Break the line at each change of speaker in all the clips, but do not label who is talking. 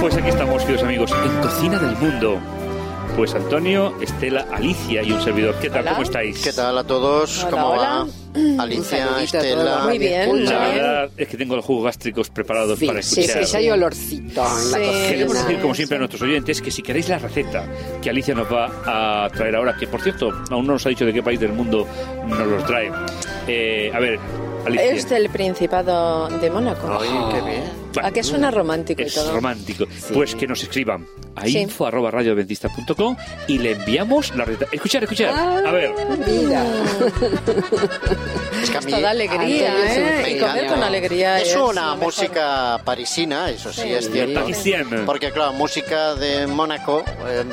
Pues queridos amigos, en Cocina del Mundo. Pues Antonio, Estela, Alicia y un servidor. ¿Qué tal?
Hola.
¿Cómo estáis?
¿Qué tal a todos?
Hola,
¿Cómo
hola.
va?
Un
Alicia,
saludito a
Estela.
todos. Muy bien, muy
La
bien.
verdad es que tengo los jugos gástricos preparados
Sí,
para
sí,
escuchar.
sí, ya hay olorcito en la
Sí.
Queremos
cocina.
decir, como siempre, a nuestros oyentes que si queréis la receta que Alicia nos va a traer ahora, que por cierto, aún no nos ha dicho de qué país del mundo nos los trae. Eh, a ver, Alicia.
Es del Principado de Mónaco.
Ay, qué bien.
Bueno,
¿A que suena romántico y
Es
todo?
romántico.
Sí.
Pues que nos escriban a
Sí.
info arroba radioadventista.com y le enviamos la receta. Escuchar, escuchar.
Ah.
A ver.
Mira,
Es que a mí-
Toda alegría,
Antonio es un
¿eh? Y
genio.
comer con alegría
Es
lo
una
mejor.
música parisina, eso sí,
Sí.
es cierto.
Parisienne.
Porque, claro, música de Mónaco eh,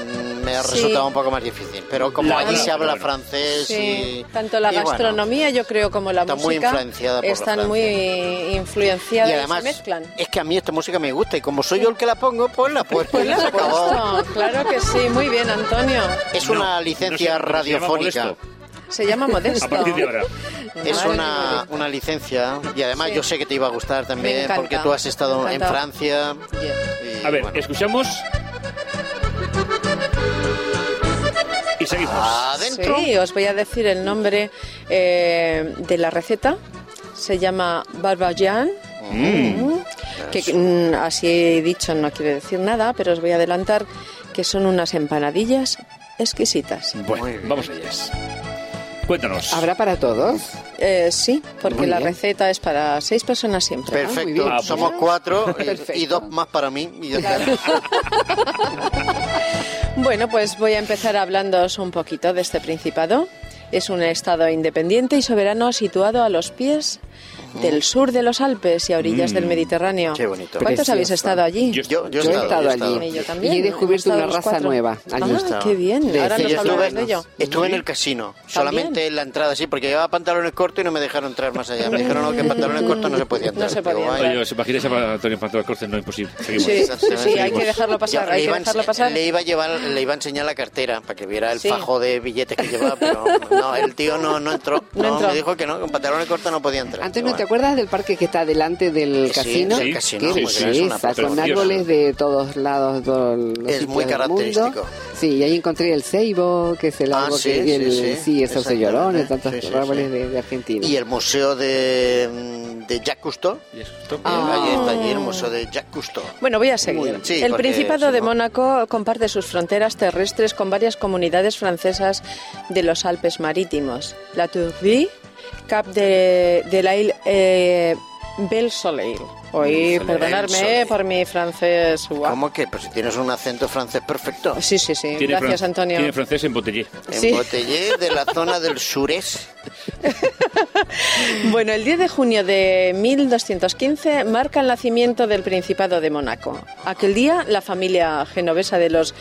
me ha
Sí.
resultado un poco más difícil. Pero como
La-
allí
bueno,
se habla
bueno.
francés
Sí,
y...
tanto la
y bueno,
gastronomía, yo creo, como la
está muy
música
influenciada por
están
Francia.
muy influenciadas
y
y
además,
se mezclan.
es que a mí esta música me gusta y como soy yo el que la pongo, pues la puedo.
Pues la has puesto, claro que sí, muy bien, Antonio.
Es
No,
una
no se-
licencia
no se llama
radiofónica.
modesto.
Se llama Modesto.
A partir de ahora.
Es
Madre
una,
mía.
una licencia y además
Sí.
yo sé que te iba a gustar
Me
también
encanta,
porque tú has estado
me
en
encanta.
Francia.
Yeah.
y,
A ver,
bueno.
escuchamos. Y seguimos.
Adentro.
Sí, os voy a decir el nombre eh, de la receta. Se llama Barbajan. Que mm, así dicho no quiere decir nada, pero os voy a adelantar que son unas empanadillas exquisitas.
Muy
Bueno,
bien.
vamos a ellas. Cuéntanos.
¿habrá para todos?
Eh, sí, porque
Muy
la
bien.
receta es para seis personas siempre. ¿no?
muy
Perfecto,
bien.
Ah, pues
somos
bien.
cuatro y-
Perfecto.
y, dos más para mí. y ya está.
Bueno, pues voy a empezar hablándoos un poquito de este principado. Es un estado independiente y soberano situado a los pies del sur de los Alpes y a orillas del Mediterráneo.
Qué bonito.
¿Cuántos
Precioso.
habéis estado allí?
Yo-
Yo, yo
Yo he estado
yo
allí.
Y yo también.
Y he descubierto
Hemos
una
estado los
raza nueva. Allí
ah,
estaba.
qué bien.
De
Ahora
Sí,
nos
Sevilla
yo
hablarás de
estuve,
ello.
estuve en el casino, solamente en la entrada, sí, porque llevaba pantalones cortos y no me dejaron entrar más allá. Me dijeron no, que en pantalones cortos no se podía entrar.
No se podía
Digo,
entrar.
vaya.
Oye, ¿os imagináis a Antonio Pantoja Cortes? No, imposible. Seguimos.
Sí, sí, sí, hay
Seguimos.
que dejarlo pasar.
Ya,
Hay
le
que
iba a
dejarlo
ense-
pasar.
Le iba a llevar, le iba a enseñar la cartera para que viera el
Sí.
fajo de billetes que llevaba, pero no, el tío no, no entró.
No
No,
entró.
me dijo que no, con pantalones cortos no podía entrar.
Antonio,
Digo,
¿te
bueno.
acuerdas del parque que está delante del
Sí,
casino?
sí, el casino, muy
Qué
grande, es una
belleza,
plaza
con
preciosa.
árboles de todos lados. do- los
Es muy
sitios del
característico.
mundo. Sí, y ahí encontré el ceibo, que es el
Ah,
árbol
sí,
que y el,
sí, sí,
el sauce llorón, y tantos
exactamente. Sí, sí,
árboles
sí.
De, de Argentina.
Y el museo de, de Jacques Cousteau. Eh,
Y esto.
Ah.
Ahí está allí el museo de Jacques Cousteau.
Bueno, voy a
Muy
seguir.
bien. Sí,
el
porque
Principado
si
de
no-
Mónaco comparte sus fronteras terrestres con varias comunidades francesas de los Alpes marítimos. La Turbie, Cap de, de la Isle eh, Belle Soleil. Oí,
Belle
perdonadme
Soleil.
eh, por mi francés. guau.
¿Cómo que? Pues si tienes un acento francés perfecto.
Sí, sí, sí.
Tiene
Gracias,
fran-
Antonio.
Tiene francés en botellé.
En
Sí.
Botellé, de la zona del surés.
Bueno, el 10 de junio de 1215 marca el nacimiento del Principado de Mónaco. Aquel día, la familia genovesa de los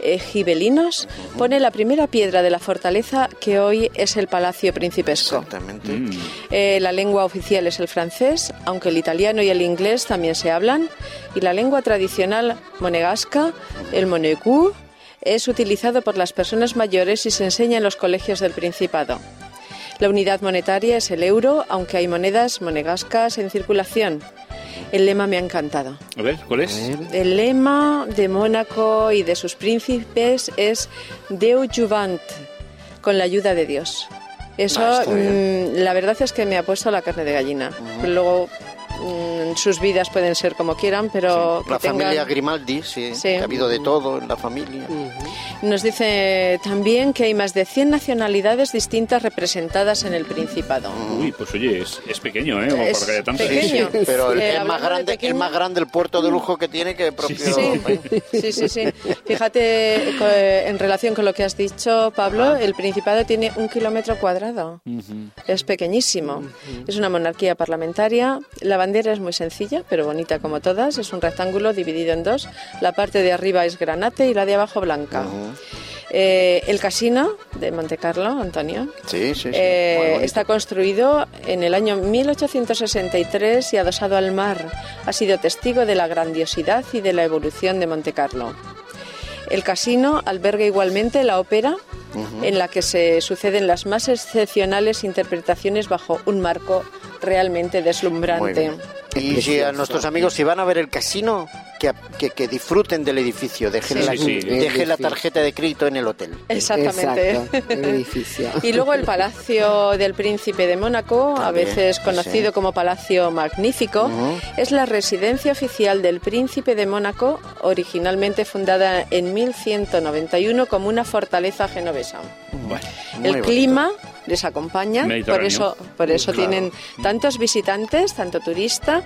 eh, gibelinos pone la primera piedra de la fortaleza que hoy es el Palacio Principesco.
Exactamente.
Mm.
Eh, la lengua oficial es el francés, aunque el italiano y el inglés también se hablan. Y la lengua tradicional monegasca, el monegú, es utilizado por las personas mayores y se enseña en los colegios del Principado. La unidad monetaria es el euro, aunque hay monedas monegascas en circulación. El lema me ha encantado.
A ver, ¿cuál es?
El lema de Mónaco y de sus príncipes es Deu Juvent, con la ayuda de Dios. Eso,
Ah, está
mm, la verdad es que me ha puesto la carne de gallina. Luego, mm, sus vidas pueden ser como quieran, pero que
La familia
tengan-
Grimaldi, sí,
Sí. Mm.
que ha habido de todo en la familia.
Nos dice también que hay más de 100 nacionalidades distintas representadas en el Principado.
Uy, pues oye, es, es pequeño, ¿eh? Como
Es
para que haya tantos.
pequeño.
Pero el,
Eh,
el
hablando
más
de
grande, el
pequeño-
más grande el puerto de lujo que tiene que el propio
Sí.
país.
Sí, sí, sí. Fíjate, co- eh, en relación con lo que has dicho, Pablo, el Principado tiene un kilómetro cuadrado. Es pequeñísimo. Es una monarquía parlamentaria. La bandera es muy sencilla, pero bonita como todas. Es un rectángulo dividido en dos. La parte de arriba es granate y la de abajo blanca.
Oh.
Eh, el casino de Monte Carlo, Antonio,
Sí, sí, sí.
eh,
Muy bonito.
está construido en el año 1863 y adosado al mar. Ha sido testigo de la grandiosidad y de la evolución de Monte Carlo. El casino alberga igualmente la ópera, en la que se suceden las más excepcionales interpretaciones bajo un marco realmente
Muy
deslumbrante.
bien. Y si a nuestros amigos, si van a ver el casino, que, que- que disfruten del edificio, dejen,
Sí,
la,
sí, sí.
dejen la
Edificio.
tarjeta de crédito en el hotel.
Exactamente.
Exacto, el edificio.
Y luego el Palacio del Príncipe de Mónaco, a
También,
veces conocido
sí.
como Palacio Magnífico,
Ujú.
es la residencia oficial del Príncipe de Mónaco, originalmente fundada en 1191 como una fortaleza genovesa.
Bueno,
Muy
el
bonito.
clima les acompaña, por
Mediterráneo.
eso, por eso
Claro.
tienen tantos visitantes, tanto turista,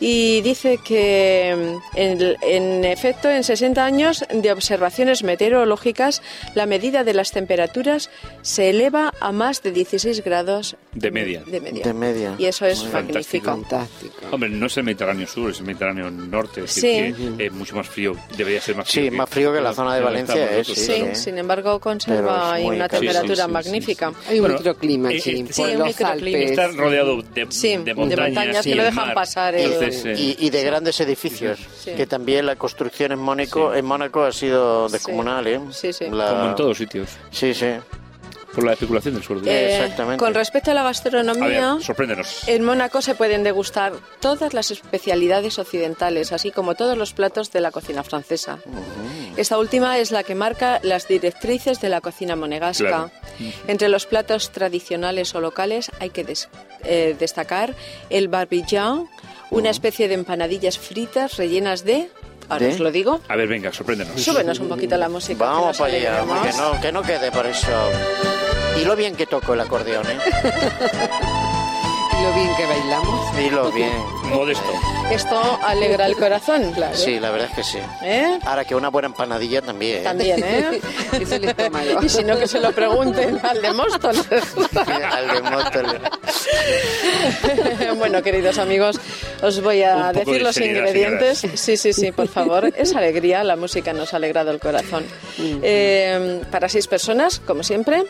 y dice que mm, en, en efecto en 60 años de observaciones meteorológicas la medida de las temperaturas se eleva a más de 16 grados
De media.
de media.
De media.
Y eso es
Muy
fantástico.
magnífico.
Fantástico.
hombre, no es el Mediterráneo Sur, es el Mediterráneo Norte. Es decir, que es mucho más frío. Debería ser más
Sí,
frío.
más frío que la zona de
donde estamos
Valencia, eh,
nosotros,
sí,
Sí,
claro.
¿eh?
sin embargo conserva
Pero es
ahí
muy
una
caliente.
temperatura
Sí, sí, sí,
magnífica.
sí,
Hay
Bueno,
un microclima,
eh,
Chin,
eh,
Sí,
por
un
los
microclima.
Alpes.
Está rodeado de,
Sí,
de
de
montañas,
montañas
y
que no
el
dejan
mar.
pasar el-
Entonces, eh,
Y, y de grandes edificios,
Sí.
que también la construcción en Mónaco, en Mónaco ha sido descomunal, ¿eh?
Sí, sí.
La-
como en todos sitios,
Sí, sí.
por la especulación del sueldo.
Eh, Exactamente.
Con respecto a la
a
gastronomía,
ver, sorpréndenos.
En Mónaco se pueden degustar todas las especialidades occidentales, así como todos los platos de la cocina francesa.
Mm.
Esta última es la que marca las directrices de la cocina monegasca.
Claro.
Entre los platos tradicionales o locales hay que des- eh, destacar el barbillon, una especie de empanadillas fritas rellenas de... Ahora
Mm. ¿De?
os lo digo.
A ver, venga, sorpréndenos.
Súbenos un poquito la música. que
Vamos
nos
para allá,
alegramos.
que no, que no quede por eso. Y lo bien que toco el acordeón, ¿eh?
Y lo bien que bailamos.
Y lo bien.
Modesto.
Esto alegra el corazón, claro.
Sí, la verdad es que sí.
¿Eh?
Ahora que una buena empanadilla también. ¿eh?
También, ¿eh?
Eso el estómago.
Y si no, que se lo pregunten al de Móstoles.
Al de Móstoles.
bueno, queridos amigos, os voy
Un
a
poco
decir
de
los
seriedad,
ingredientes. Sí, sí, sí, por favor. Es alegría, la música nos ha alegrado el corazón. Eh, para seis personas, como siempre.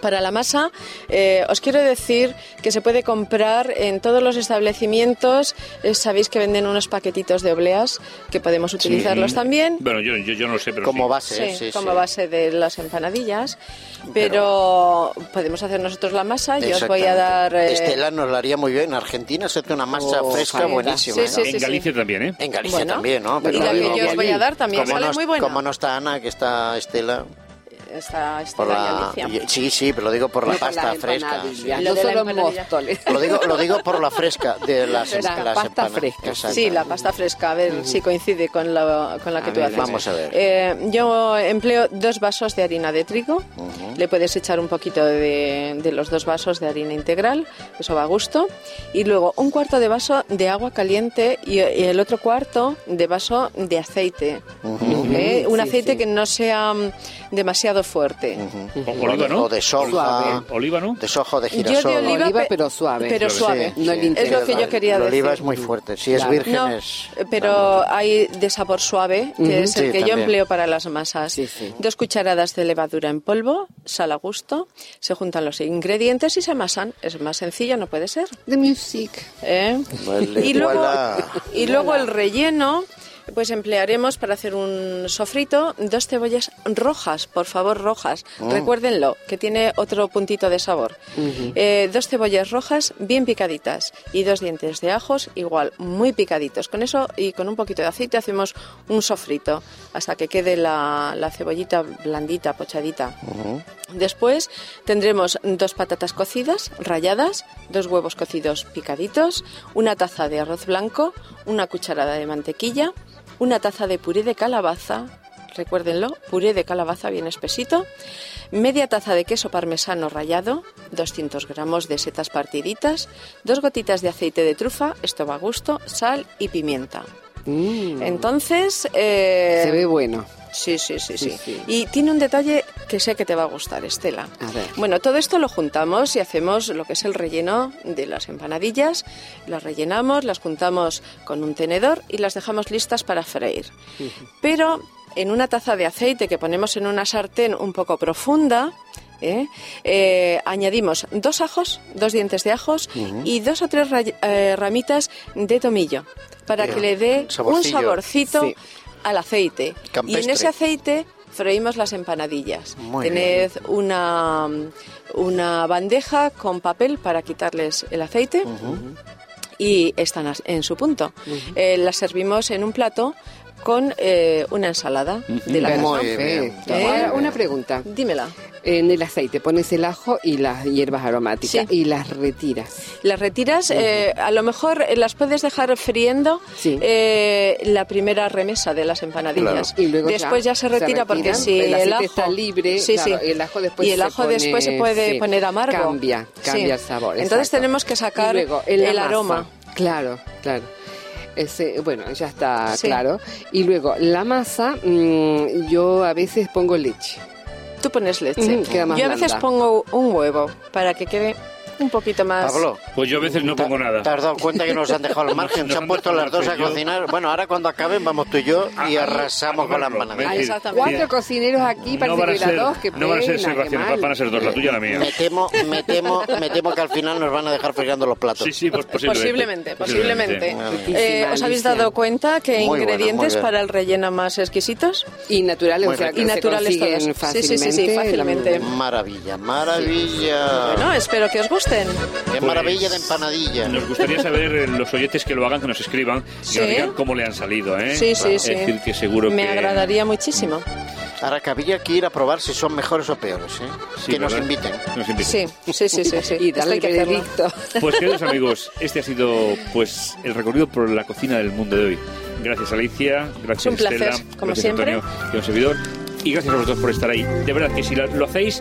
Para la masa, eh, os quiero decir que se puede comprar en todos los establecimientos. Eh, sabéis que venden unos paquetitos de obleas que podemos utilizarlos también.
Bueno, yo, yo, yo no lo sé, pero
Como
sí.
base,
Sí,
sí, sí.
como base de las empanadillas. Pero, podemos hacer nosotros la masa. Yo os voy a
Exactamente. Este
dar. eh,
Estela nos lo haría muy bien. En Argentina se hace una masa
Oh,
fresca
sí,
buenísima.
sí,
¿eh?
sí,
en
sí,
Galicia también, ¿eh?
En Galicia
Bueno,
también, ¿no?
y la que
digo,
yo os voy a dar también
como
sale
no-
muy buena.
Como no está Ana, que está Estela.
Está, está
Por la,
Galicia.
y- sí, sí, pero lo digo por la
No para
pasta fresca. sí.
empanadilla,
sí. Lo
No
de la
solo en
empanadilla.
Móstoles.
Lo digo, lo digo por la fresca de las,
La
las
pasta
empanadas.
fresca.
Exacto.
Sí, la pasta fresca, a ver si coincide con la, con la que
A
tú
ver,
haces.
vamos a ver.
Eh, yo empleo dos vasos de harina de trigo. Le puedes echar un poquito de, de los dos vasos de harina integral, eso va a gusto. Y luego un cuarto de vaso de agua caliente y, y el otro cuarto de vaso de aceite. ¿eh? Un
Sí,
aceite
sí.
que no sea mm, demasiado fuerte.
O-
O
Oliva,
de,
¿no?
o de soja,
Suave.
Oliva, ¿no?
de soja o de
Yo de
girasol.
oliva,
Oliva,
pe-
pero suave.
Pero
Sí,
suave.
No el
es
interior.
lo que yo quería
La
decir.
oliva es muy fuerte. Si es
Claro.
virgen
No,
es...
pero hay de sabor suave, que
Ujú.
es el
Sí,
que
también.
yo empleo para las masas.
Sí, sí.
Dos cucharadas de levadura en polvo, sal a gusto, se juntan los ingredientes y se amasan. Es más sencillo, no puede ser.
The music.
¿eh?
Vale,
y luego,
voilà.
y luego el relleno, pues emplearemos para hacer un sofrito dos cebollas rojas, por favor, rojas. Recuérdenlo, que tiene otro puntito de sabor. Eh, dos cebollas rojas bien picaditas y dos dientes de ajos igual, muy picaditos. Con eso y con un poquito de aceite hacemos un sofrito hasta que quede la, la cebollita blandita, pochadita. Después tendremos dos patatas cocidas, ralladas, dos huevos cocidos picaditos, una taza de arroz blanco, una cucharada de mantequilla, una taza de puré de calabaza, recuérdenlo, puré de calabaza bien espesito, media taza de queso parmesano rallado, 200 gramos de setas partiditas, dos gotitas de aceite de trufa, esto va a gusto, sal y pimienta.
Mm,
Entonces... eh,
se ve bueno.
Sí, sí, sí, sí,
Sí, sí.
Y tiene un detalle que sé que te va a gustar, Estela.
A ver.
Bueno, todo esto lo juntamos y hacemos lo que es el relleno de las empanadillas. Las rellenamos, las juntamos con un tenedor y las dejamos listas para freír. Pero en una taza de aceite que ponemos en una sartén un poco profunda, ¿eh? Eh, añadimos dos ajos, dos dientes de ajos y dos o tres ray- eh, ramitas de tomillo para
Bien.
que le dé un
Saborcillo.
saborcito
Sí.
al aceite. Y en
Campestre.
ese aceite freímos las empanadillas.
Muy
Tened una, una bandeja con papel para quitarles el aceite. y están as- en su punto. Eh, las servimos en un plato con eh, una ensalada de la Eh, misma.
Muy bien.
Perfecto. Ahora, Una pregunta.
Dímela.
En el aceite pones el ajo y las hierbas aromáticas
Sí.
y las retiras.
Las retiras, eh, a lo mejor eh, las puedes dejar friendo
Sí.
eh, la primera remesa de las empanadillas.
Y luego
después ya, se retira porque
retiran.
si
el,
el,
aceite
ajo
está libre,
Sí,
claro,
sí.
el ajo después
y el
se
ajo
pone-
después se puede
sí,
poner amargo.
Cambia, cambia
Sí.
el sabor.
Entonces
exacto.
tenemos que sacar
Y luego, en la
el
masa.
aroma.
Claro, claro. Ese, bueno, ya está
Sí.
claro. Y luego, la masa, mm, yo a veces pongo leche.
Tú pones leche.
Mm, queda más
Yo a veces
blanda.
pongo un huevo para que quede un poquito más.
Pablo.
Pues yo a veces no
¿te-
pongo nada.
¿Te has dado cuenta que nos han dejado al margen?
Nos
Se han
han
puesto
dejado
las dos a
al margen, yo-
cocinar. Bueno, ahora cuando acaben vamos tú y yo y
Ah,
arrasamos
ah,
con la
Pablo,
empanada.
ven.
Ah, exactamente.
Cuatro cocineros aquí,
no
parece
van
que
a
era
ser,
dos, que
no van a ser
pena,
seis
qué mal.
raciones, van a ser dos, la tuya y la mía.
Me temo, me temo, me temo que al final nos van a dejar fregando los platos.
Sí, sí, pues posiblemente.
Posiblemente, posiblemente. Eh,
posiblemente.
Riquísima,
¿Os habéis
Alicia.
dado cuenta que
Muy bueno,
ingredientes
muy bien.
para el relleno más exquisitos?
Y naturales,
Muy
o sea,
rico.
que
Y
se
naturales
consiguen
todas. Sí, sí,
fácilmente.
sí, sí, fácilmente.
Maravilla,
Ah.
maravilla.
Bueno, espero que os gusten.
Qué
Pues-
maravilla de empanadilla.
Nos gustaría saber eh, los oyentes que lo hagan, que nos escriban, que
Sí.
nos digan cómo le han salido, ¿eh?
Sí, sí,
Es
sí.
decir, que seguro
Me
que... Mm.
agradaría muchísimo.
Ahora que había que ir a probar si son mejores o peores, ¿eh?
Sí,
que nos
¿verdad?
inviten.
Nos inviten.
Sí, sí, sí, sí. sí.
Y
Esto
darle
hay
el
que hacerlo.
veredicto.
Pues queridos amigos, este ha sido pues el recorrido por la cocina del mundo de hoy. Gracias Alicia, gracias
Es un placer,
Estela,
como
gracias
siempre.
Antonio y un servidor. Y gracias a vosotros por estar ahí. De verdad que si la- lo hacéis,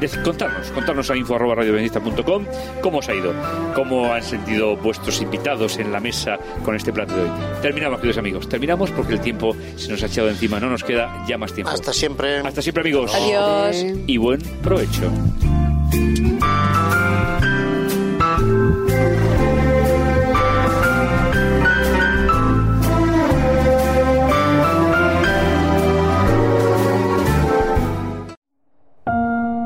dec- contadnos, contadnos a info.radiobenista.com cómo os ha ido, cómo han sentido vuestros invitados en la mesa con este plato de hoy. Terminamos, queridos amigos, terminamos porque el tiempo se nos ha echado encima, no nos queda ya más tiempo.
Hasta siempre.
Hasta siempre amigos
Adiós.
Eh,
y buen provecho.